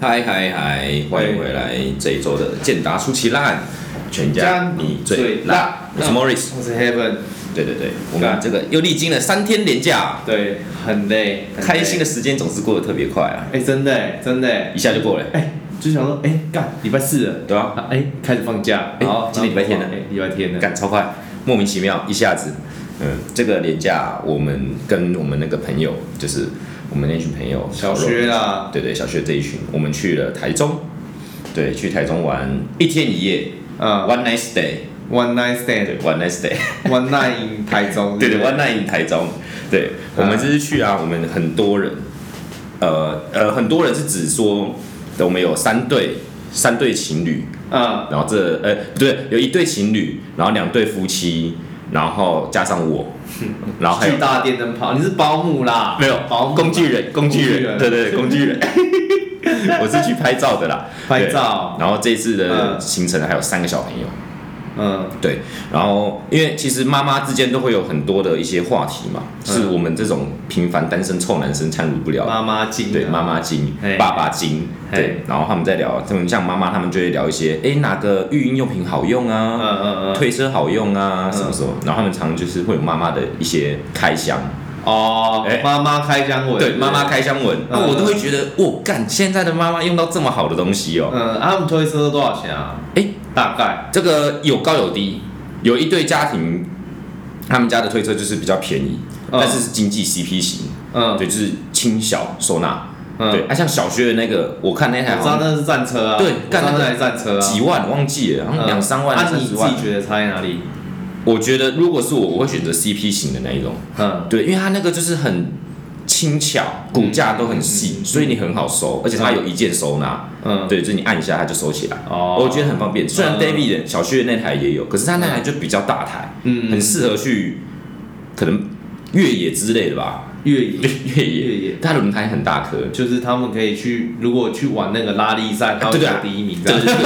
嗨嗨嗨，欢迎回来这一周的健达出奇烂，全家家你最最辣辣，我是 Morris。我是 Heaven，对对对，我们这个又历经了三天连假，对，很累，很累开心的，时间总是过得特别快啊，哎、真的、哎，真的、哎一下就过了，哎，就想说，哎、干，礼拜四了，对啊，啊，哎、开始放假，哎然后今天礼拜天了了，哎礼、拜天了，赶超快，莫名其妙一下子，嗯，这个连假我们跟我们那个朋友，就是我们那群朋友，小肉学啦，对对，小学这一群，我们去了台中，对，去台中玩一天一夜嗯，one night stay， ，One Night 对 Stand，One ，one night stay， Night in 台中，对对不，one night in 台中，对，我们这次去啊，我们很多人，呃呃，很多人是指说，我们有三对三对情侣，嗯，然后这呃不对，有一对情侣，然后两对夫妻，然后加上我，然后还有去大电灯泡，你是保姆啦， 没有保姆工具人，工具工具人，人对对对，工具人。我是去拍照的啦，拍照对然后这次的嗯行程还有三个小朋友，嗯，对。然后因为其实妈妈之间都会有很多的一些话题嘛，嗯是我们这种平凡单身臭男生参与不了的。妈妈经，啊对，妈，妈经嘿、爸爸经，嘿对。然后他们在聊，他们像妈妈，他们就会聊一些，哎，哪个育婴用品好用嗯啊？嗯嗯，推车好用啊，嗯什么什么。然后他们常常就是会有妈妈的一些开箱。哦哎，妈妈开箱文，对，妈妈，开箱文，那、嗯我都会觉得，我干，现在的妈妈用到这么好的东西哦、嗯，啊他们推车都多少钱啊？哎、大概，这个有高有低，有一对家庭，他们家的推车就是比较便宜，嗯但是是经济 CP 型，嗯，对，就是轻小收纳。嗯对，啊，像小学的那个，哎我看那台我知道好那是战车啊，对我知干道那那个台战车啊，像几万，忘记了，好像嗯两三万、啊，三你十自万己。觉得差在哪里？我觉得如果是我，我会选择 CP 型的那一种，嗯，对，因为它那个就是很轻巧，骨架都很细，嗯嗯嗯嗯所以你很好收，而且它嗯有一键收纳。嗯，对，就是你按一下它就收起来。哦我觉得很方便。虽然嗯 David 的小旭的那台也有，可是他那台就比较大台，嗯很适合去可能越野之类的吧，越野越野。越野，它轮胎很大 颗，就是他们可以去，如果去玩那个拉力赛，他会对对啊得第一名这对样。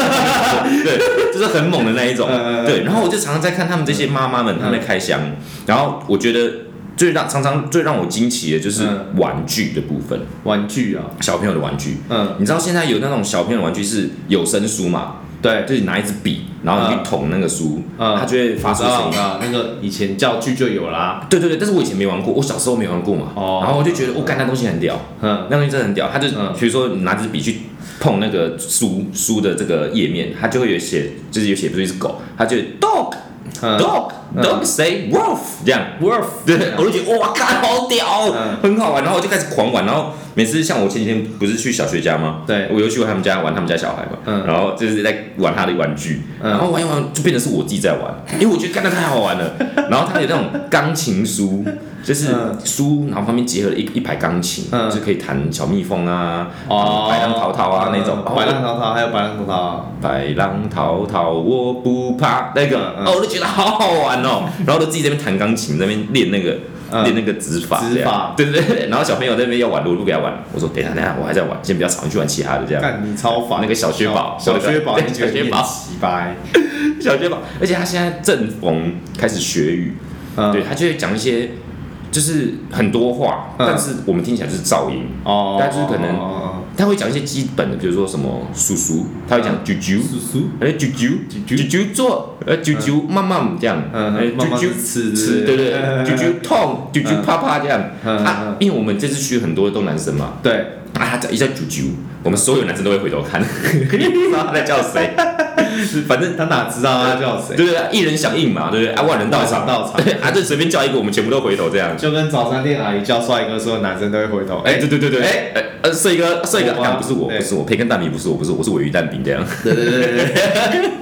对对，对，就是很猛的那一种。 嗯嗯嗯对，然后我就常常在看他们这些妈妈们嗯他们在开箱，然后我觉得最让常常最让我惊奇的就是嗯玩具的部分，玩具啊，小朋友的玩具。嗯，你知道现在有那种小朋友的玩具是有声书嘛？对，就是拿一支笔，然后你去捅那个书，嗯它就会发出声啊音。啊，那个以前教具就有啦，对对对，但是我以前没玩过，我小时候没玩过嘛。哦然后我就觉得，我干那东西很屌，嗯那东西真的很屌。它就嗯比如说你拿支笔去碰那个书书的这个页面，它就会有写，就是有写，比如说一只狗，它就 dog 嗯 dog 嗯 dog say wolf 这样。 ，Wolf，对，我就觉得哇，干好屌哦，嗯很好玩，然后我就开始狂玩，然后每次像我前几天不是去小学家吗？对我又去过他们家玩他们家小孩嘛，嗯然后就是在玩他的玩具，嗯然后玩一玩就变成是我自己在玩，因为我觉得干的太好玩 了。然后他有那种钢琴书，就是嗯书，然后旁边结合了一一排钢琴，嗯就可以弹小蜜蜂啊，哦，白浪淘淘啊那种嗯哦白浪淘淘还有白浪淘淘啊，白浪滔滔我不怕那个，嗯嗯哦，我就觉得好好玩哦。然后我就自己在那边弹钢琴，在那边练那个、嗯练那个指法，指法这样，对对对。然后小朋友在那边要玩，我不给他玩，我说等一下等一下，我还在玩，先不要吵，你去玩其他的这样。干你超啊烦那个小薛宝小小薛宝，对你觉得小薛你宝很奇葩，小学宝，而且他现在正逢开始学语，嗯对他就会讲一些就是很多话，嗯但是我们听起来就是噪音。哦，但就是可能哦他会讲一些基本的，比如说什么叔叔，他会讲啾啾。嗯叔叔，哎，啾啾啾啾啾啾坐，呃，啾啾慢慢这样，嗯哎，慢啾慢啾吃吃，对对，啾啾痛，啾啾嗯啪啪这样。嗯啊嗯，因为我们这次去很多都男生嘛，对，啊，他叫一叫啾啾，我们所有男生都会回头 看， 你不知道他在叫谁，反正他哪知道他叫谁？对对，对一人响应嘛，对不对？啊，万人到场，万人到场对 啊，就随便叫一个，我们全部都回头这样。就跟早餐店阿姨叫帅哥，所有男生都会回头。哎，哎、对对对对，哎，哎呃，帅哥，帅哥，我吗啊，不是我，对不是我，培根蛋饼不是我，不是我，我是尾鱼蛋饼这样。对对对对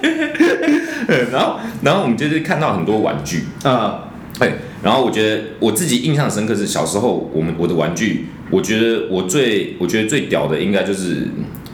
对， 然后，然后我们就是看到很多玩具，啊、对，然后我觉得我自己印象深刻是小时候我们我的玩具，我觉得我最我觉得最屌的应该就是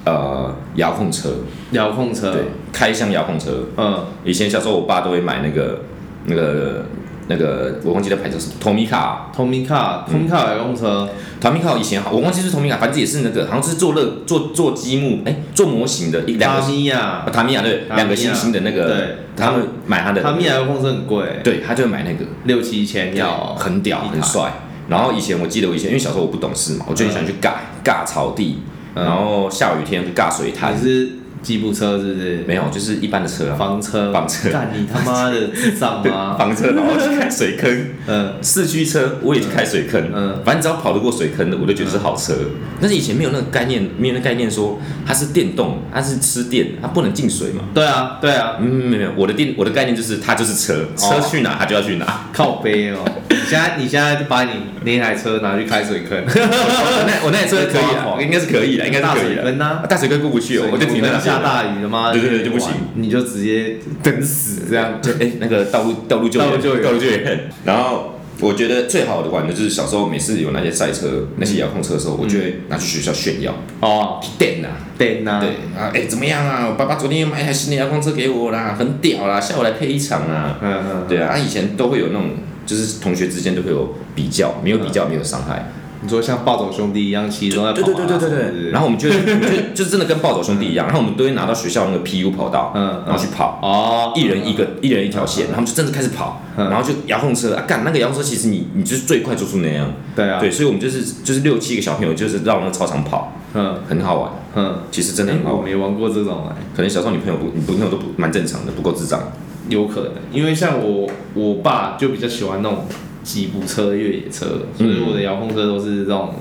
呃遥控车，遥控车，对，开箱遥控车。嗯，以前小时候我爸都会买那个那个那个我忘记那牌叫什么，托米卡，同名卡，嗯同名卡遥控车，托米卡以前好我忘记是托米卡，反正也是那个好像是做乐做做积木，哎，做模型的一两塔个米啊亚，塔米亚对，塔米亚两个星星的那个对，他们买他的，塔米亚遥控车很贵，对，他就会买那个。六七千要要，很屌一台很帅。然后以前我记得我以前因为小时候我不懂事嘛，我就很喜欢去尬尬草地，嗯然后下雨天就尬水还潭，是吉普车是不是？没有，就是一般的车啊，房车，房车干你他妈的智 障吗？房车，然后去开水坑。嗯，四驱车我也去开水坑，嗯反正只要跑得过水坑的，我就觉得是好车。但是以前没有那个概念，没有那个概念说它是电动，它是吃电，它不能进水嘛。对啊，对啊，嗯，没有没有，我的电我的概念就是它就是车，哦车去哪它就要去哪。靠背哦。你现在你现在就把你那台车拿去开水坑，哦我那我那台车可以啊，应该是可以的，应该大是可以水啊的。坑呐，大水坑过不去哦，我就停在那边下大雨了妈的对对对就不行，你就直接等死这 样。就哎、那个道路道路救援，道路救援道路救援。然后我觉得最好的玩的就是小时候每次有那些赛车、那些遥控车的时候，我就会拿去学校炫耀，哦，电啊，等呐，对啊，哎、怎么样啊？我爸爸昨天买一台新的遥控车给我啦，很屌啦，下午来配一场啊。嗯嗯，对啊，啊以前都会有那种，就是同学之间都会有比较，没有比较没有伤害。你说像暴走兄弟一样，其实都在跑啊对马对拉松嗯对对对对。然后后我 们就会就就真的跟暴走兄弟一样，然后我们都会拿到学校那个 PU 跑道，嗯嗯然后去跑。哦，一人一个，一人一条线，然后就真的开始跑，嗯然后就遥控车啊，干那个遥控车，其实你你就是最快做出那样，对啊，对，，所以我们就是就是六七个小朋友就是绕那个操场跑，嗯很好玩，嗯，其实真的诶很好我玩。没玩过这种哎。可能小时候你朋友不，你朋友都不蛮正常的，不够智障。有可能，因为像我我爸就比较喜欢那种吉普车、越野车，所以我的遥控车都是这种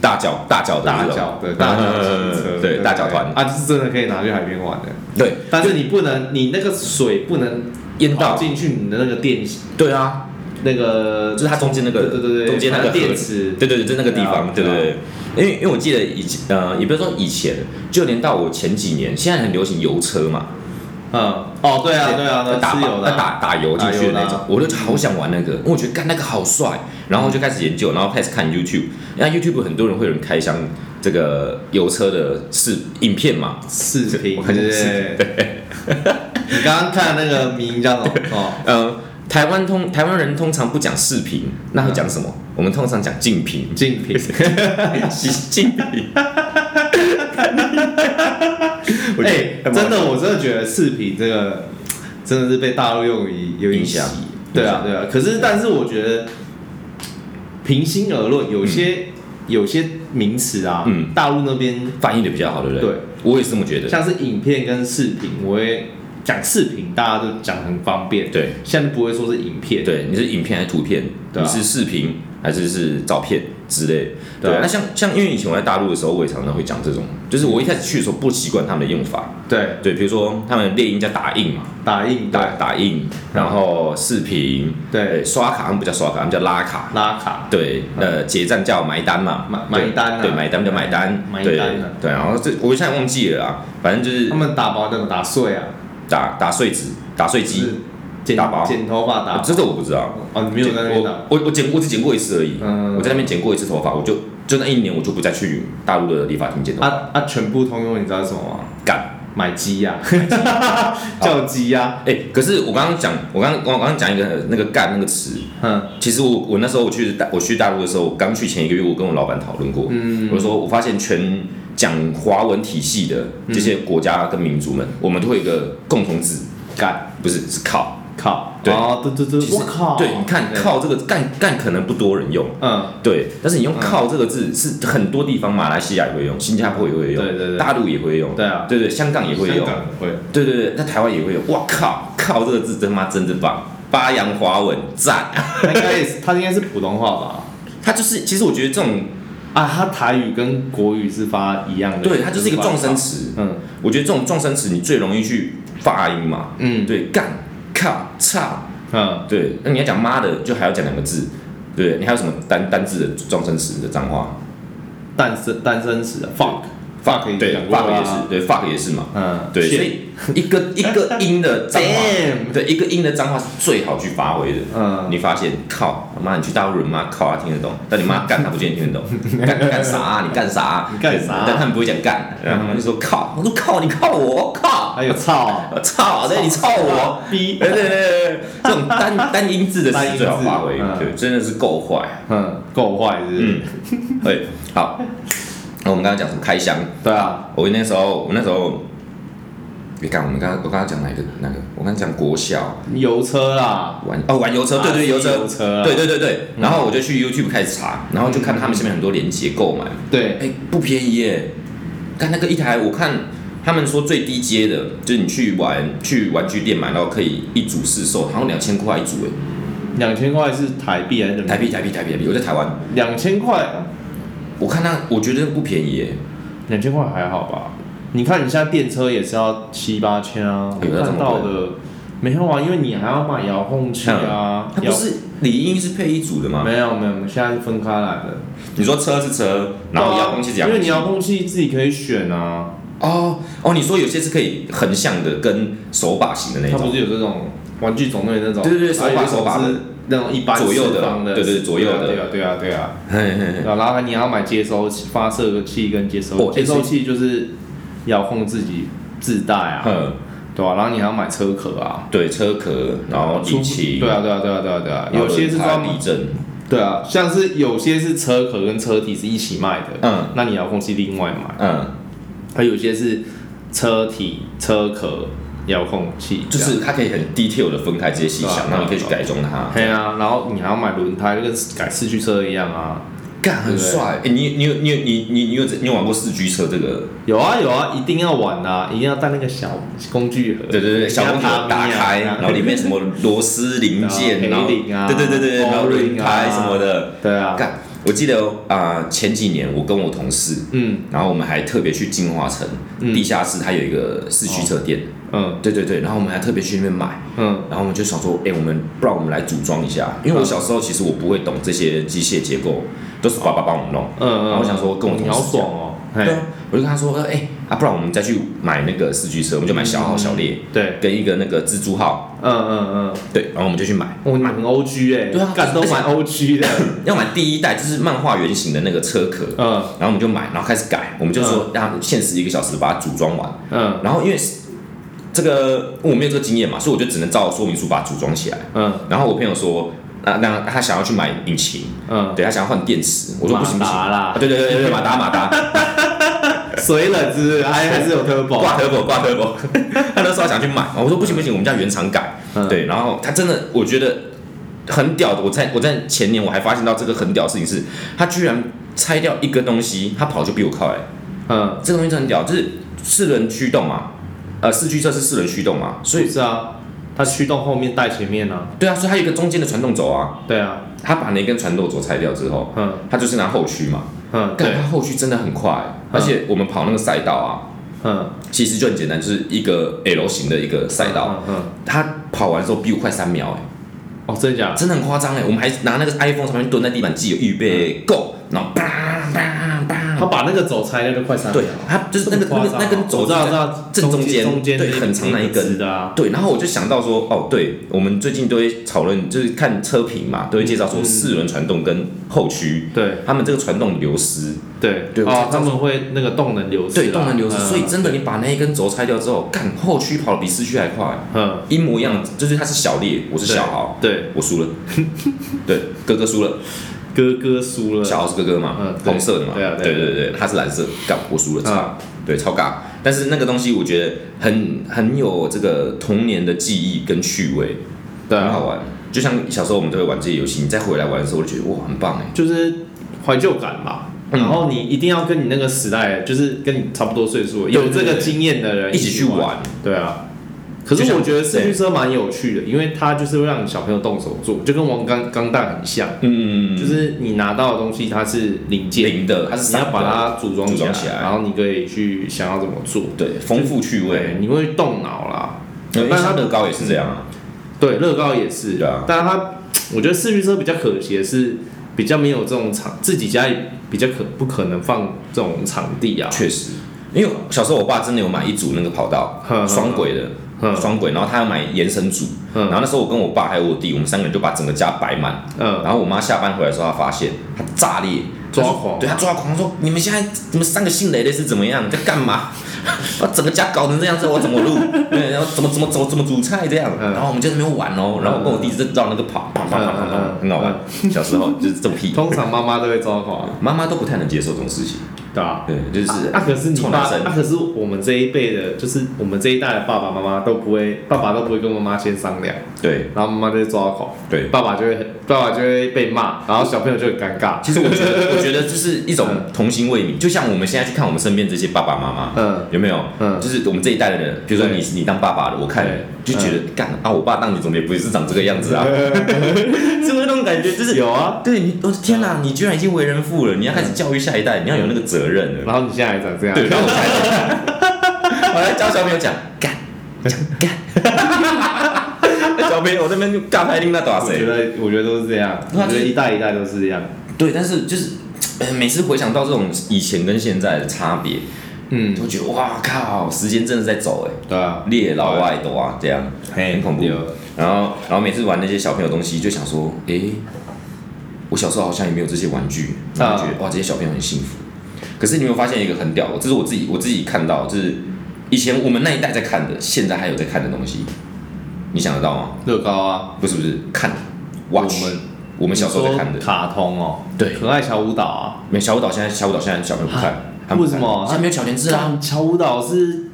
大脚大脚的大那种脚的大嗯脚吉普车， 对大脚团，啊，就是真的可以拿去海边玩的。对，但是你不能，你那个水不能淹倒到，进去你的那个电对啊，那个，就是它中间那对个，对对对，中间那个反正河电池，对对对，就那个地方，对对啊对对。因为因为我记得以前，呃，也不是说以前，就连到我前几年，现在很流行油车嘛，嗯，哦，对啊，对啊，打那是有的那啊，打打油进去的那打油种啦，我就好想玩那个，因为我觉得干那个好帅，然后就开始研究，然后开始看 YouTube，那 YouTube 很多人会有人开箱这个油车的视影片嘛，视频，我看见对不对。 你刚刚看那个名叫什么？ 哦，，呃，台湾通台湾人通常不讲视频，那会讲什么？我们通常讲竞品 竞品，竞哎品，我觉得哎、还蛮真的，我真的觉得视频这个真的是被大陆用语有影影响对啊，影响对啊。可是，但是我觉得平心而论，有些、有些名词啊，嗯大陆那边翻译的比较好，对不对？对，我也是这么觉得。像是影片跟视频，我会讲视频，大家都讲得很方便，，对现在不会说是影片，，对，你是影片还是图片？对啊你是视频还是是照片之类？对啊对啊，那像像因为以前我在大陆的时候，我也常常会讲这种，就是我一开始去的时候不习惯他们的用法。对，对，比如说他们猎鹰叫打印嘛，打印打对打印，然后视频，对对，刷卡他们不叫刷卡，他们叫拉卡。拉卡对，呃，结账叫埋单嘛，买买单啊对，对买单叫买单，买对单啊对，然后这我现在忘记了啦，反正就是他们打包怎么打碎啊？打打碎纸，打碎就机是，剪打包剪头发打这个我不知道，哦，你没有在那边打我我我剪我只剪过一次而已，嗯我在那边剪过一次头发，我就就那一年我就不再去大陆的理发厅剪头发，啊啊，全部通用，你知道是什么吗？干、买 鸡呀、叫鸡啊呀、哎、可是我刚刚讲，我刚我刚刚讲一个那个干那个词，嗯，其实我我那时候我去大我去大陆的时候，我刚去前一个月，我跟我老板讨论过，嗯，我说我发现全讲华文体系的这些国家跟民族们，我们都会有一个共同字，干不是是靠，靠，对哦，对对其对，实我靠，对，你看，靠这个干干可能不多人用。嗯，对，但是你用“嗯靠”这个字是很多地方，马来西亚也会用，新加坡也会用，对对对大陆也会用，对啊，对对，香港也会用香，港会，对对对，那台湾也会用。哇靠，靠这个字真妈真的棒，发扬华文赞。 他应该也是，他应该是普通话吧？它就是，其实我觉得这种，啊，他台语跟国语是发一样的，对，它就是一个撞声词，词。嗯我觉得这种撞声词你最容易去发音嘛，嗯对，干、靠、操，嗯，对，那你要讲妈的，就还要讲两个字，对，你还有什么单单字的撞声词的脏话诞生诞生词，fuck fuck 也对讲过啊，fuck 啦也是，对，fuck 也是嘛，嗯，对， shit 所以一个一个音的脏话， damn，对，一个音的脏话是最好去发挥的。嗯，你发现靠，妈，你去大陆人妈靠，啊他听得懂，但你妈干，他不见得听得 懂，干干啥、啊？你干啥啊、你干啥啊但他们不会讲干，然后他们就说靠，我说靠，你靠我，靠，还有哎操， 我操，对，你操我，逼，对对对对，对这种单单音字的单音词字最好发挥嗯，对，真的是够坏，嗯，够坏是不是，嗯，对，好，那我们刚刚讲什么开箱？对啊，我那时候，我那时候，你看，我们刚刚我刚刚讲哪一个哪个？我刚刚讲国小油车啦，玩哦玩油车，对对油车嗯油，车啦，对对对对。然后我就去 YouTube 开始查，然后就看他们下面很多链接购买，对，哎，不便宜耶，看那个一台，我看他们说最低阶的，就是你去玩去玩具店买到可以一组试售，好像两千块一组嗯哎，两千块是台币还是人民台币币台币台币台币，我在台湾，两千块，我看那我觉得不便宜哎，两千块还好吧？你看你现在电车也是要七八千啊，我有哎那这么看到的没有啊，因为你还要买遥控器啊，嗯它不遥是理应是配一组的吗？没有没有，我们现在是分开来的。啊你说车是车，然后遥控器是遥因为控你器，遥控器自己可以选啊，哦哦，你说有些是可以横向的跟手把型的那它不种，是有这种玩具总动员那种，对对对手把还有一种手把的是那种一般左右的四方的，对对对左右的对啊对啊对啊，嘿嘿对啊然后你要买接收器、发射器跟接收哦器，接收器就是遥控自己自带啊，嗯，对啊，然后你还要买车壳啊，对，车壳，然后出引擎，对啊对啊对啊对啊对啊，然后有些是轮专胎门避震，对啊，像是有些是车壳跟车体是一起卖的，嗯那你遥控器另外买，嗯，还有些是车体、车壳、遥控器，就这样是它可以很 detail 的分开这些细对项，啊然后你可以去改装它，对啊，然后你还要买轮胎，就跟改四驱车一样啊。干很帅。哎，你你有你有你你你有你有玩过四驱车这个？有啊有啊，一定要玩啊，一定要带那个小工具盒。对对对，小一公定要主打拉咪啊开，然后里面什么螺丝零件，然然后后培林啊对对对对，然后轮胎什么的。对啊，干，我记得啊，前几年我跟我同事，嗯然后我们还特别去进化城嗯地下室，它有一个四驱车店，嗯对对对，然后我们还特别去那边买。嗯，然后我们就想说，哎、我们不然我们来组装一下，因为我小时候其实我不会懂这些机械结构，都是爸爸帮我们弄。嗯嗯然后我想说跟我同事你好爽哦，嘿对啊，我就跟他说，哎、啊，不然我们再去买那个四驱车，我们就买小号、小烈对，跟一个那个蜘蛛号，嗯嗯嗯，对，然后我们就去买，哦，你很 O G 哎，对啊干都而且蛮 O G 的，要买第一代就是漫画原型的那个车壳，嗯然后我们就买，然后开始改，我们就说让限时一个小时把它组装完，嗯然后因为这个我没有这个经验嘛，所以我就只能照说明书把它组装起来。嗯然后我朋友说，那、那他想要去买引擎。嗯，对他想要换电池，我说不行不行，马达啦啊对对对对对，马达马达，水冷是不是还还是有 turbo，挂 turbo 挂 turbo，他那 时候想去买，我说不行不行，我们家原厂改，嗯对，然后他真的我觉得很屌的，我在我在前年我还发现到这个很屌的事情是，他居然拆掉一个东西，他跑得就比我快，嗯，这个东西真的很屌，就是四轮驱动嘛，呃，四驱车是四轮驱动嘛，所以是啊，它驱动后面带前面啊，对啊，所以它有一个中间的传动轴啊，对啊，他把那根传动轴拆掉之后，嗯他就是拿后驱嘛，嗯但对，他后驱真的很快，而且我们跑那个赛道啊。嗯其实就很简单，就是一个 L 型的一个赛道，嗯嗯，他跑完之后比我快三秒、欸哦真的假哎，的？真的很夸张哎！我们还拿那个 iPhone 上面蹲在地板记，预备 Go，然后叭叭他叭，把那个走拆掉就快三嗯秒对，他就是那个那个那根走轴啊知道在知正道中间中间对那很长那一根直的啊，对，然后我就想到说，哦，对，我们最近都会讨论，就是看车评嘛，都会介绍说嗯四轮传动跟后驱，对他们这个传动流失，对对我才哦，知道他们会那个动能流失啊，对，动能流失，嗯所以真的你把那一根轴拆掉之后，干后驱跑得比四驱还快，嗯，一模一样，就是他是小烈，我是小豪，对，我输了，对，哥哥输了，哥哥输了，小豪是哥哥嘛，嗯对红色的嘛，对啊对对啊对对他是蓝色，干，我输了，操啊，对，超尬。但是那个东西我觉得很很有这个童年的记忆跟趣味，对很啊，好玩。就像小时候我们都会玩这些游戏，你再回来玩的时候，我就觉得哇，很棒哎。就是怀旧感吧。嗯然后你一定要跟你那个时代，就是跟你差不多岁数、对对有这个经验的人一起去玩。玩，对啊，可就是像我觉得四驱车蛮有趣的，因为它就是会让小朋友动手做，就跟玩钢钢弹很像，嗯，就是你拿到的东西它是零件，零的，它是你要三把的，它组装起组来，装起来然后你可以去想要怎么做。对，丰富趣对，味。你会动脑啦。因为但它像乐高也是这样啊，对，乐高也是，对啊但是它，我觉得四驱车比较可惜的是，比较没有这种场，自己家里比较可不可能放这种场地啊？确实。因为小时候我爸真的有买一组那个跑道，嗯双轨的，嗯双轨，然后他要买延伸组，嗯然后那时候我跟我爸还有我弟，我们三个人就把整个家摆满。嗯，然后我妈下班回来的时候，她发现她炸裂，抓她说狂啊对她抓狂，她说你们现在你们三个姓雷的是怎么样，在干嘛？ 把整个家搞成这样子，我怎么录？ 对，然后怎么怎么走，怎么煮菜这样？嗯嗯然后我们就在那边玩哦，然后我跟我弟就绕那个跑，砰砰砰砰 砰，很好玩。小时候就是这么屁，通常妈妈都会抓狂。妈妈都不太能接受这种事情，对吧、对，就是啊，可是你臭爸，男生啊，可是我们这一辈的，就是我们这一代的爸爸妈妈都不会，爸爸都不会跟妈妈先商量，对然后妈妈就会抓狂，对。爸爸就会很，爸爸就会被骂，然后小朋友就很尴尬。其实我觉得，我觉得就是一种童心未泯，就像我们现在去看我们身边这些爸爸妈妈，嗯，有没有？嗯就是我们这一代的人，比如说对你，你当爸爸的，我看对嗯就觉得干啊，我爸当年怎么也不是长这个样子啊，是不是那种感觉？就是有啊。 对你，我的天哪，你居然已经为人父了，你要开始教育下一代，你要有那个责任了。然后你现在还长这样，对，然 后我才， 我来教小朋友讲干 讲干，小朋友那边就尬拍令那打我觉谁？得我觉得都是这样，我那觉就是得一代一代都是这样。对，但是就是呃每次回想到这种以前跟现在的差别，嗯，都觉得哇靠，时间真的在走哎，对啊，列老外多啊，这样很恐怖对。然后，然后每次玩那些小朋友东西，就想说，诶，我小时候好像也没有这些玩具，啊然后就觉得哇，这些小朋友很幸福。可是你有没有发现一个很屌的，这是我自己我自己看到，就是以前我们那一代在看的，现在还有在看的东西，你想得到吗？乐高啊，不是不是，看 watch，我们我们小时候在看的你说，卡通哦，对可爱小舞蹈啊，没有小舞蹈现在小舞蹈现在小朋友不看，他们为不什看么？现在没有小甜是吃啊？啊，小舞蹈是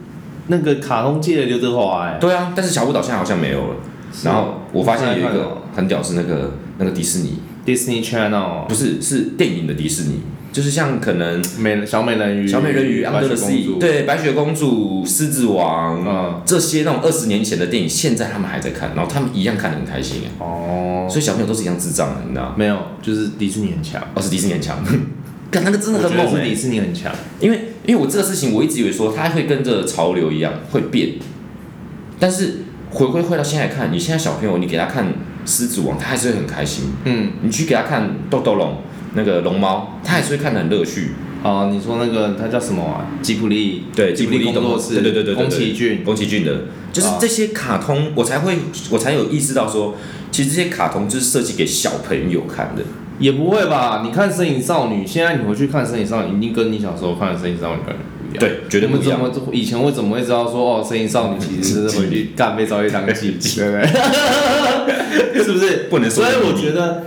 那个卡通界的刘德华哎，对啊，但是小舞蹈现在好像没有了。然后我发现有一个很屌是那个那个迪士尼， Disney Channel 不是是电影的迪士尼，就是像可能美小美人鱼、小美人鱼、安白德雪的公主，，对白雪公主、狮子王、嗯，这些那种二十年前的电影，现在他们还在看，然后他们一样看得很开心哎，哦，所以小朋友都是一样智障的，你知道吗？没有，就是迪士尼很强，哦，是迪士尼很强， 看那个真的我很觉得猛是哎迪，士尼很强，因为因为我这个事情我一直以为说它会跟着潮流一样会变，但是回归回到现在看，你现在小朋友你给他看狮子王，他还是会很开心，嗯，你去给他看豆豆龙那个龙猫，他还是会看得很乐趣，哦，你说那个他叫什么啊？吉卜力，对吉吉卜卜力力工动作画室，对对对对对宫崎骏，宫崎骏的，就是这些卡通，我才会我才有意识到说，其实这些卡通就是设计给小朋友看的。也不会吧？你看《身影少女》，现在你回去看《身影少女》，一定跟你小时候看的《身影少女》感觉不一样。对绝对我们不一样怎么以前我怎么会知道说哦，《身影少女》其 实是回去干被遭遇当妓妓，对不对？ 是不是？不能说所以是秘我密觉得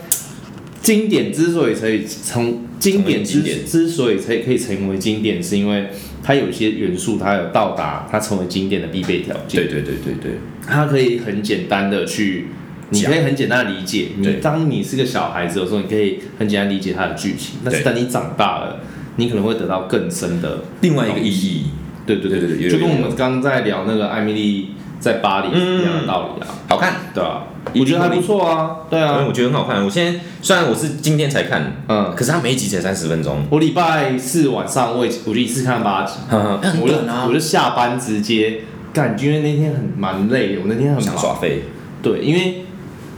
经典之所以可以从经典成为之经典之所以才可以成为经典，是因为它有一些元素，它有到达它成为经典的必备条对件。对对对对，它可以很简单的去，你讲可以很简单的理解。你对当你是个小孩子的时候，你可以很简单地理解它的剧情，但是对等你长大了，你可能会得到更深的。另外一个意义，对对对对对有就跟有我有们刚刚在聊那个艾米丽在巴黎一样的道理啊，好看，对啊，一我定觉得还会不错啊，对因为啊，我觉得很好看。我现在虽然我是今天才看，嗯，可是它每一集才三十分钟，我礼拜四晚上我也我就一次看八集，呵呵我就我就下班直接干，因为那天很蛮累的，我那天很想忙，耍废。对，因为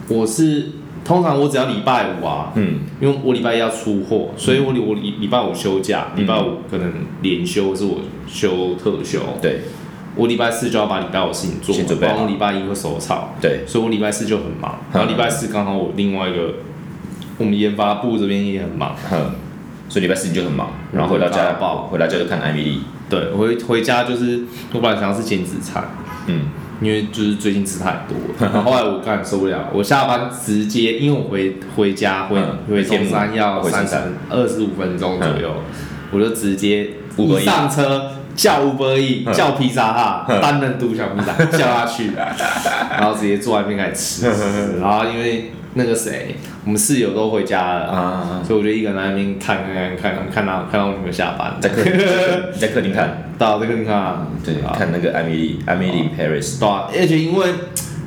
我是通常我只要礼拜五啊，嗯，因为我礼拜一要出货，所以我礼我礼礼拜五休假，嗯礼拜五可能连休是我休特休，对我礼拜四就要把礼拜五的事情做完，先准备好嗯然后礼拜一会手操，对，所以我礼拜四就很忙，然后礼拜四刚好我另外一个我们研发部这边也很忙，哼。所以礼拜四你就很忙，然后回到家嗯我就尬爆回到家就看艾米丽，对，我回回家就是我本来想要吃减脂餐，嗯，因为就是最近吃太多了，然后后来我干受不了，我下班直接，因为我回回家回、嗯回中山要回三中十山嗯二十五分钟左右，我就直接 Uber 一上车叫五百亿，嗯叫披萨哈，嗯单人独享披萨叫他去，然后直接坐外面开始吃，嗯然后因为那个谁，我们室友都回家了，啊，所以我就一个人在那边看看看看看到看到你们下班，在客你 在客厅看，到这个地方，对，啊看那个艾米丽，艾米丽 in Paris，对啊，而且因为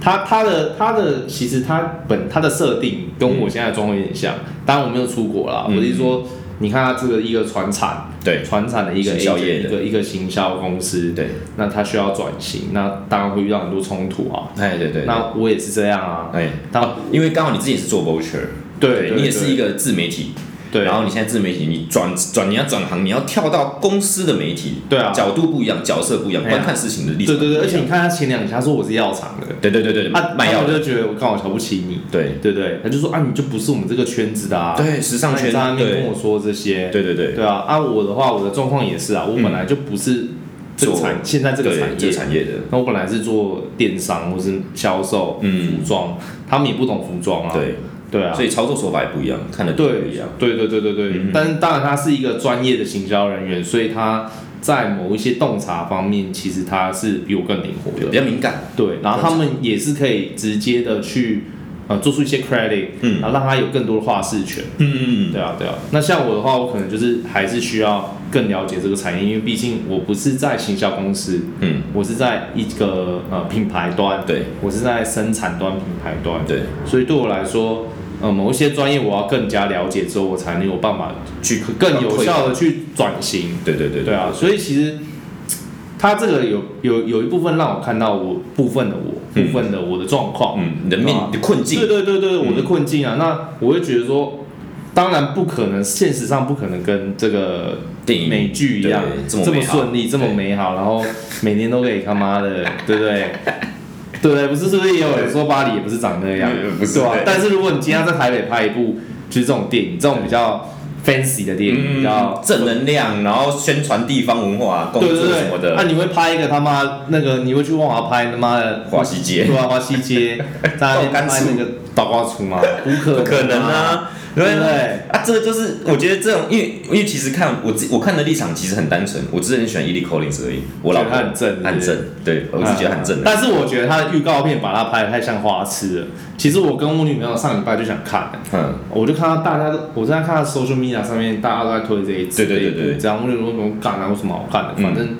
它它的它的其实它本它的设定跟我现在的状况有点像，当然我没有出国啦，嗯我是说，你看它这个一个船产，对船产的一个行销业 agent，的一个一个行销公司，对，那它需要转型，那当然会遇到很多冲突啊。哎对对，对那我也是这样啊，哎，当因为刚好你自己也是做 vulture，对你也是一个个自媒体，对，然后你现在自媒体，你转转你要转行，你要跳到公司的媒体，对啊角度不一样，角色不一样，哎呀观看事情的立场对不一对样，对，而且啊你看他前两集，他说我是药厂的，对对对对对，他卖药我的，就觉得我刚好瞧不起你，对对不对？他就说啊，你就不是我们这个圈子的啊，对，时尚那你圈在那，边跟对我说这些，对对对，嗯对啊，按我的话，我的状况也是啊，我本来就不是这个做产，现在这个对产这业个，产业的，那我本来是做电商或是销售、嗯服装，他们也不懂服装啊，对，对啊所，以操作手法也不一样，看的对不一样。对对对对对，嗯但当然他是一个专业的行销人员，所以他在某一些洞察方面，其实他是比我更灵活比的。较敏感，对，然后他们也是可以直接的去呃做出一些 credit，嗯然后让他有更多的话事权。嗯对啊，对啊。那像我的话，我可能就是还是需要更了解这个产业，因为毕竟我不是在行销公司，嗯，我是在一个呃品牌端，对我是在生产端、品牌端，对，所以对我来说，呃，某一些专业我要更加了解之后，我才能有办法去更有效的去转型。对对对对啊，所以其实他这个有有有一部分让我看到我部分的我嗯部分的我的状况，嗯，你的面你的困境啊对，对对对，嗯我的困境啊，那我会觉得说，当然不可能，现实上不可能跟这个电影美剧一样嗯对这这么么美好顺利，这么美好，然后每年都可以他妈的， 对不对？对不对？不是，是不是也有人说巴黎也不是长那样 嗯，不是对吧对？但是如果你今天要在台北拍一部，就是这种电影，这种比较 fancy 的电影，比较嗯，正能量，然后宣传地方文化、工对对啊作什么对，那的，你会拍一个他妈那个，你会去万华拍他妈的华西街对啊，华西街，在 那边倒啊拍甘肃那个倒挂出吗？不可不 可能啊，对对不对？啊，这个就是我觉得这种，因为因为其实看我自我看的立场其实很单纯，我只是很喜欢 Ellie Collins 而已，我老婆觉得她很正很是正，对我是觉得很正的，啊但是我觉得他的预告片把它拍的太像花痴了。其实我跟我女朋友上礼拜就想看，嗯，我就看到大家都，我在看到 social media 上面大家都在推这一对对对对这样我就说怎么干啊，有什么好看的？嗯反正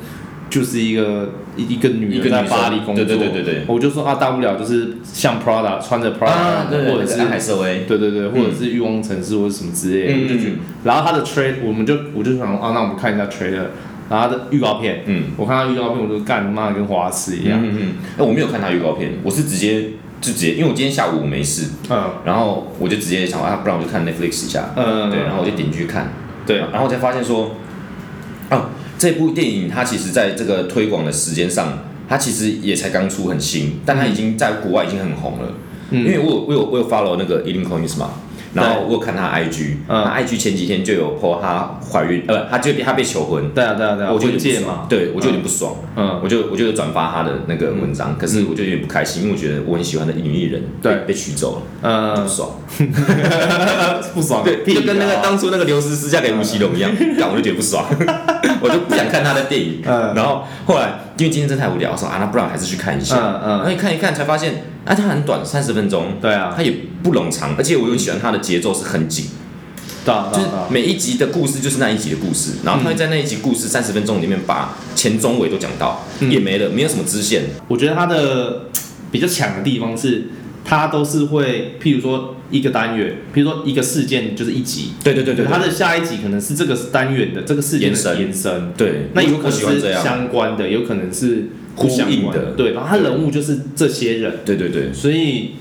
就是一个一一个女一个人在女生巴黎工作，对对对对对我就说啊，大不了就是像 Prada 穿着 Prada，、啊，对对或者对，是是海瑟薇，对对对，或者是欲望城市或者什么之类的，嗯我就觉得。然后他的 trade，我们就我就想说啊，那我们看一下 trailer，然后他的预告片，嗯我看到预告片我就干他妈的跟花痴一嗯样，嗯嗯，哎，我没有看她预告片，我是直接就直接，因为我今天下午我没事，嗯然后我就直接想啊，不然我就看 Netflix 一下，嗯，对，然啊后我就点进去看，对然后我才发现说，啊，这部电影它其实在这个推广的时间上，它其实也才刚出很新，但它已经在国外已经很红了。嗯因为我有我有我有 follow 那个 e l i n Coins 嘛，然后对我有看她 IG，嗯她 IG 前几天就有 po 她怀孕，呃，她就她被求婚，对啊对啊对啊，我就有婚点戒不爽嘛，，对我就有点不爽，嗯，我就我就有转发她的那个文章，可是我就有点不开心，因为我觉得我很喜欢的女艺人被对被取走了，不嗯，爽。不爽，对，屁啊就跟那个当初那个刘诗诗嫁给吴奇隆一样，干我就觉得不爽， 我就不想看他的电影。嗯然后后来因为今天真太无聊，我说啊，那不然还是去看一下。嗯然后嗯，一看一看才发现，啊，它很短，三十分钟，对啊，它也不冗长，而且我又喜欢它的节奏是很紧，对啊就对是啊对啊，每一集的故事就是那一集的故事，然后它会在那一集故事三十分钟里面把前中尾都讲到，嗯也没了，没有什么支线。我觉得它的比较强的地方是，它都是会，譬如说一个单元，譬如说一个事件就是一集，对对对对，它对的下一集可能是这个单元的这个事件延伸的延伸，对，那有可我能喜欢是这样，相关的，有可能是不相呼应关的对，然后他人物就是这些人，对对对，所以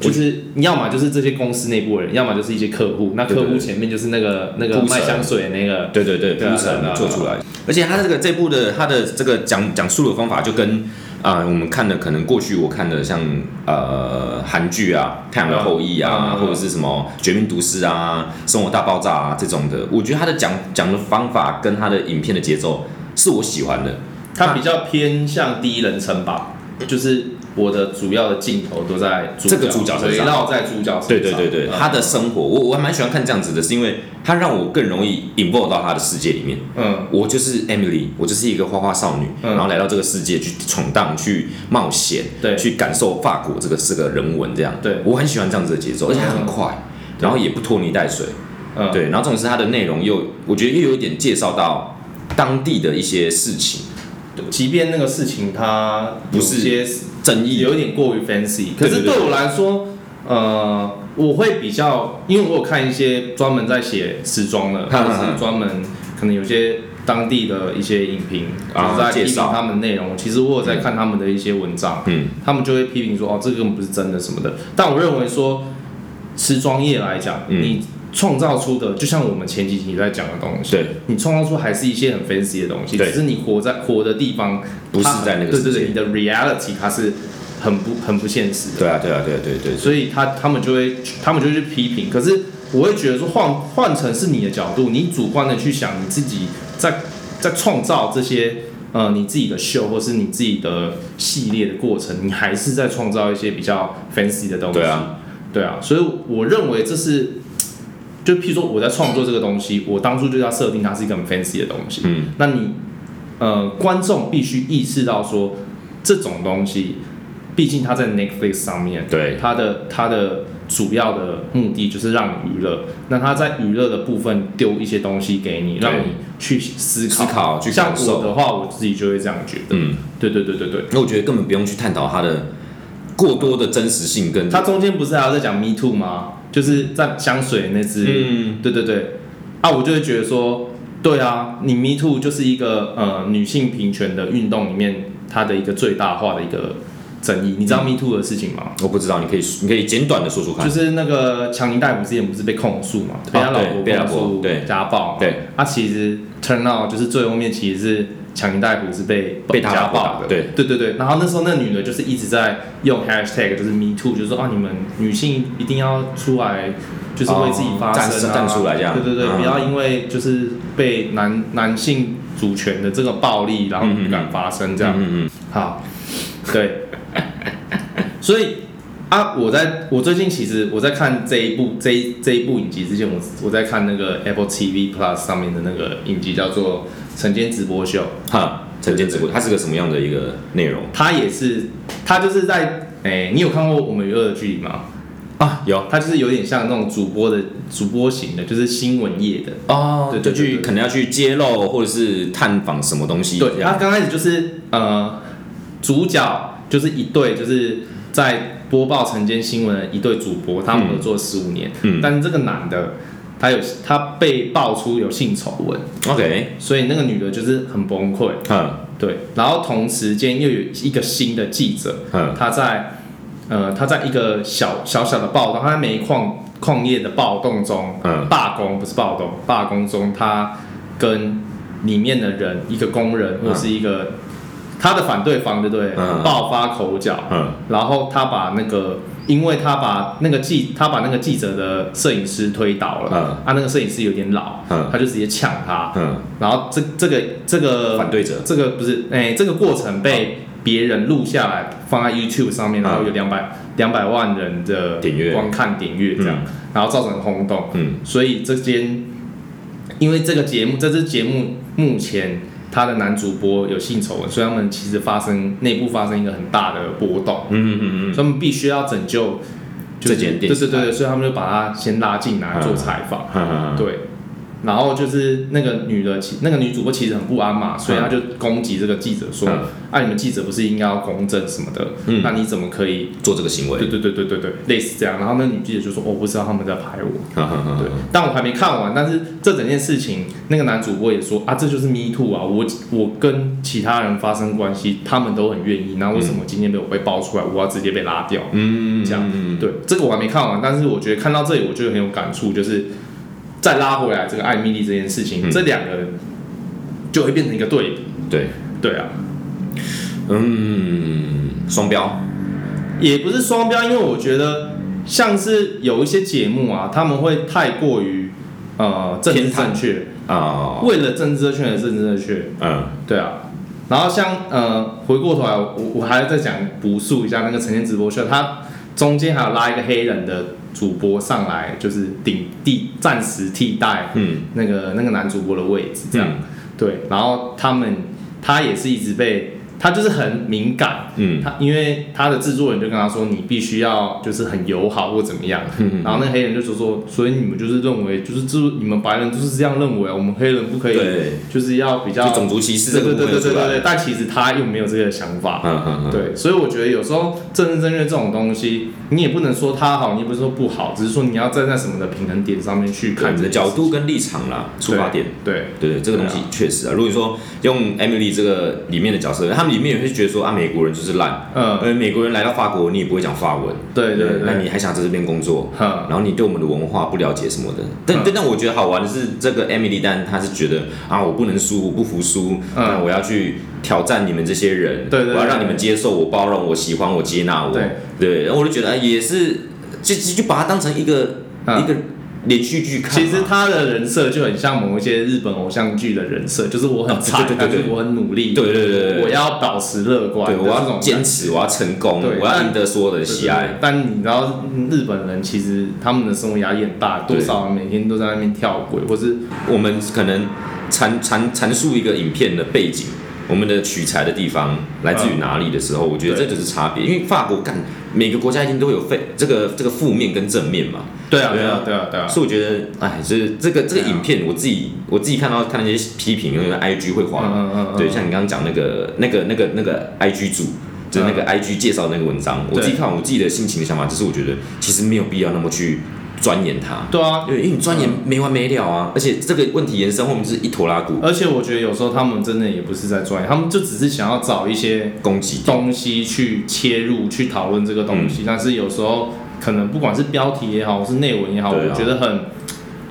就是你要么就是这些公司内部的人，要么就是一些客户，那对对客户对前面就是那个那个铺陈卖香水的那个，对对对，对啊铺陈对啊做出来。而且他这个这部的他的这个讲讲述的方法，就跟啊、呃我们看的可能过去我看的像呃韩剧啊《太阳的后裔》啊，嗯嗯嗯或者是什么《绝命毒师》啊《生活大爆炸啊》这种的，我觉得他的讲讲的方法跟他的影片的节奏是我喜欢的。他比较偏向第一人称吧，就是我的主要的镜头都在主角这个主角身围上绕在主角身上，对对对对，他的生活我我还蛮喜欢看这样子的，是因为他让我更容易 involve 到他的世界里面。嗯我就是 Emily，我就是一个花花少女，嗯然后来到这个世界去闯荡、去冒险、对去感受法国这个这个人文这样。对我很喜欢这样子的节奏，而且它很快，然后也不拖泥带水。嗯，对，然后重点是它的内容又，我觉得又有一点介绍到当地的一些事情、即便那个事情它有不是些争议。有点过于 fancy。可对对是对对我来说，呃，我会比较，因为我有看一些专门在写时装的，或哈哈者哈是专门可能有些当地的一些影评，啊就是在批介评绍他们的内容。其实我有在看他们的一些文章，嗯，他们就会批评说，哦，这个根本不是真的什么的。但我认为说，时装业来讲，嗯你创造出的，就像我们前几集在讲的东西，对，你创造出还是一些很 fancy 的东西，对只是你活在活的地方不是它很在那个对世对界对，你的 reality 它是很不很不现实的，对啊，对啊，对啊，对对对，所以他他们就会他们就会去批评。可是我会觉得说换换成是你的角度，你主观的去想你自己在在创造这些呃你自己的秀或是你自己的系列的过程，你还是在创造一些比较 fancy 的东西。对啊，对啊，所以我认为这是，就譬如说我在创作这个东西，我当初就要设定它是一个很 fancy 的东西。嗯，那你呃，观众必须意识到说，这种东西，毕竟它在 Netflix 上面，对它的它的主要的目的就是让你娱乐。那它在娱乐的部分丢一些东西给你，对让你去思考。思考去像感我受。的话，我自己就会这样觉得。嗯，对对对对对，那我觉得根本不用去探讨它的过多的真实性跟它中间不是还有在讲 Me Too 吗？就是在香水那只。嗯对对对，啊，我就会觉得说，对啊，你 Me Too 就是一个呃女性平权的运动里面它的一个最大化的一个争议。你知道 Me Too 的事情吗？我不知道，你可以你可以简短的说说看就。是那个强尼戴普之前不是被控诉嘛，被他老啊对被他婆控婆诉对家暴嘛，对，啊，其实 turn out 就是最后面其实是强尼戴普是被被他家老婆打暴的，对对对对。然后那时候那女的就是一直在用 hashtag 就是 me too，就是说啊你们女性一定要出来，就是为自己发哦站声啊，站出来这样对对对，嗯不要因为就是被男男性主权的这个暴力，然后不嗯敢发声这样。嗯嗯好，对， 所以啊，我在我最近其实我在看这一部这一这一部影集之前，我我在看那个 Apple TV Plus 上面的那个影集叫做《晨间直播秀》，嗯，哈，晨间直播，它是个什么样的一个内容？它也是它就是在哎、你有看过《我们娱乐的距离》吗？啊，有它就是有点像那种主播的主播型的，就是新闻业的。哦对，对就对去对可能要去揭露或者是探访什么东西，这对，他样刚开始就是呃，主角就是一对就是在播报晨间新闻的一对主播，他们合作十五年，嗯但是这个男的他有他被爆出有性丑闻， ，OK，所以那个女的就是很崩溃，嗯对，然后同时间又有一个新的记者，嗯他在呃他在一个小小小的暴动，他在煤矿矿业的暴动中，嗯罢工不是暴动，罢工中他跟里面的人，一个工人嗯或是一个、他的反对方，对不对？嗯爆发口角，嗯然后他把那个，因为他把那个记，他把那个记者的摄影师推倒了，啊嗯他那个摄影师有点老，嗯他就直接呛他，嗯，然后这这个这个反对者这个不是，哎、这个过程被别人录下来，放在 YouTube 上面，嗯然后有两百两百万人的点阅观看点阅这样，然后造成轰动。嗯所以这间，因为这个节目，这支节目目前他的男主播有性丑闻，所以他们其实发生内部发生一个很大的波动，嗯嗯嗯嗯所以他们必须要拯救、就是这间对电视对台对对，所以他们就把他先拉进来嗯做采访。嗯嗯，嗯对，然后就是那个女的，其那个女主播其实很不安嘛，所以她就攻击这个记者说：“嗯啊，你们记者不是应该要公正什么的，嗯那你怎么可以做这个行？”对为，对对对对对，类似这样。然后那女记者就说：“我、不知道他们在拍我。嗯嗯”嗯对，但我还没看完。但是这整件事情，那个男主播也说：“啊，这就是 me too 啊，我我跟其他人发生关系，他们都很愿意，那为什么今天被我被爆出来，我要直接被拉掉？”嗯，这样嗯，对，这个我还没看完，但是我觉得看到这里，我就很有感触，就是再拉回来这个艾米丽这件事情，嗯这两个就会变成一个对比。对，对啊，嗯，双标，也不是双标，因为我觉得像是有一些节目啊，他们会太过于呃政治偏袒正确，啊，为了政治正确而政治正确。嗯对啊，然后像呃回过头来，我我还要再讲补述一下那个晨间直播秀，他中间还有拉一个黑人的主播上来，就是顶替暂时替代嗯那个那个男主播的位置，这样、嗯对。然后他们他也是一直被他就是很敏感，嗯他因为他的制作人就跟他说，你必须要就是很友好或怎么样。嗯然后那黑人就说说，所以你们就是认为就是就是你们白人就是这样认为啊，我们黑人不可以，对，就是要比较就种族歧视对这个对部对分对有对出对来，对，但其实他又没有这个想嗯法。嗯嗯，对，所以我觉得有时候政治正确这种东西，你也不能说它好，你也不是说不好，只是说你要站在什么的平衡点上面去看看你这的件事角度跟立场啦，出发点。对，对对，这个东西确实啊。如果说用 Emily 这个里面的角色，他们里面也会觉得说啊，美国人就是烂，嗯，呃，美国人来到法国你也不会讲法文，对对嗯那对，你还想在这边工作，啊哼，然后你对我们的文化不了解什么的。但嗯但但我觉得好玩的是，这个 Emily 但她是觉得啊，我不能输，我不服输，那我要去挑战你们这些人，嗯对对对我要让你们接受我、包容我、喜欢我、接纳我，对对，然后我就觉得哎也是，就就就把它当成一个嗯一个连续剧看嘛。其实他的人设就很像某一些日本偶像剧的人设，就是我很啊对惨，对对但对是我很努力，对对对对对我要保持乐观，对，我这要种坚持，我要成功，对我要但赢得所有的对对喜对爱。但你知道，日本人其实他们的生活压力很大，多对少每天都在那边跳轨，或是我们可能阐阐阐述一个影片的背景，我们的取材的地方来自于哪里的时候，我觉得这对就是差别。因为法国干每个国家一定都有废这个这个负面跟正面嘛，对啊，对对啊啊，对啊，对啊，所以我觉得，哎，就是这个这个影片，我自己我自己看到看那些批评，因为 IG 会嗯滑，嗯嗯嗯，啊对，像你刚刚讲那个那个那个那个 IG 组。嗯就是那个 IG 介绍那个文章，我自己看我自己的心情的想法，就是我觉得其实没有必要那么去钻研它，对啊。对，因为你钻研没完没了啊，而且这个问题延伸后面就是一坨拉骨而且我觉得有时候他们真的也不是在专业，他们就只是想要找一些攻击点，东西去切入去讨论这个东嗯西，但是有时候可能不管是标题也好，或是内文也好，对啊我觉得很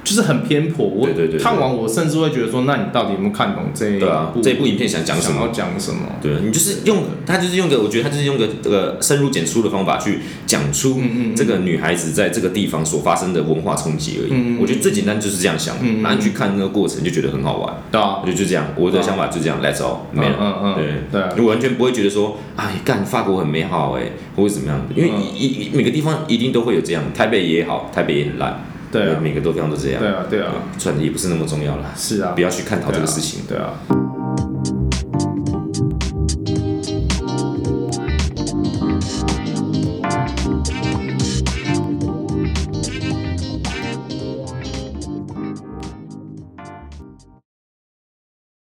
就是很偏颇。我对对对对看完我甚至会觉得说，那你到底有没有看懂这一对啊部？，这部影片想讲什想要么？讲什么？对，啊你就是用他就是用个，我觉得他就是用个这个深入简出的方法去讲出嗯嗯嗯这个女孩子在这个地方所发生的文化冲击而嗯嗯嗯已。我觉得最简单就是这样想嗯嗯嗯，然后你去看那个过程就觉得很好玩。对啊我，觉得就这样，我的想法就这样，Let's all 没了。嗯嗯，对嗯对啊，我完全不会觉得说，哎，干法国很美好哎，或者怎么样的，因为嗯一一一每个地方一定都会有这样，台北也好，台北也很烂，对啊，每个地方都这样对。啊，对啊，算了，也不是那么重要了，是啊，不要去探讨这个事情。对啊。对啊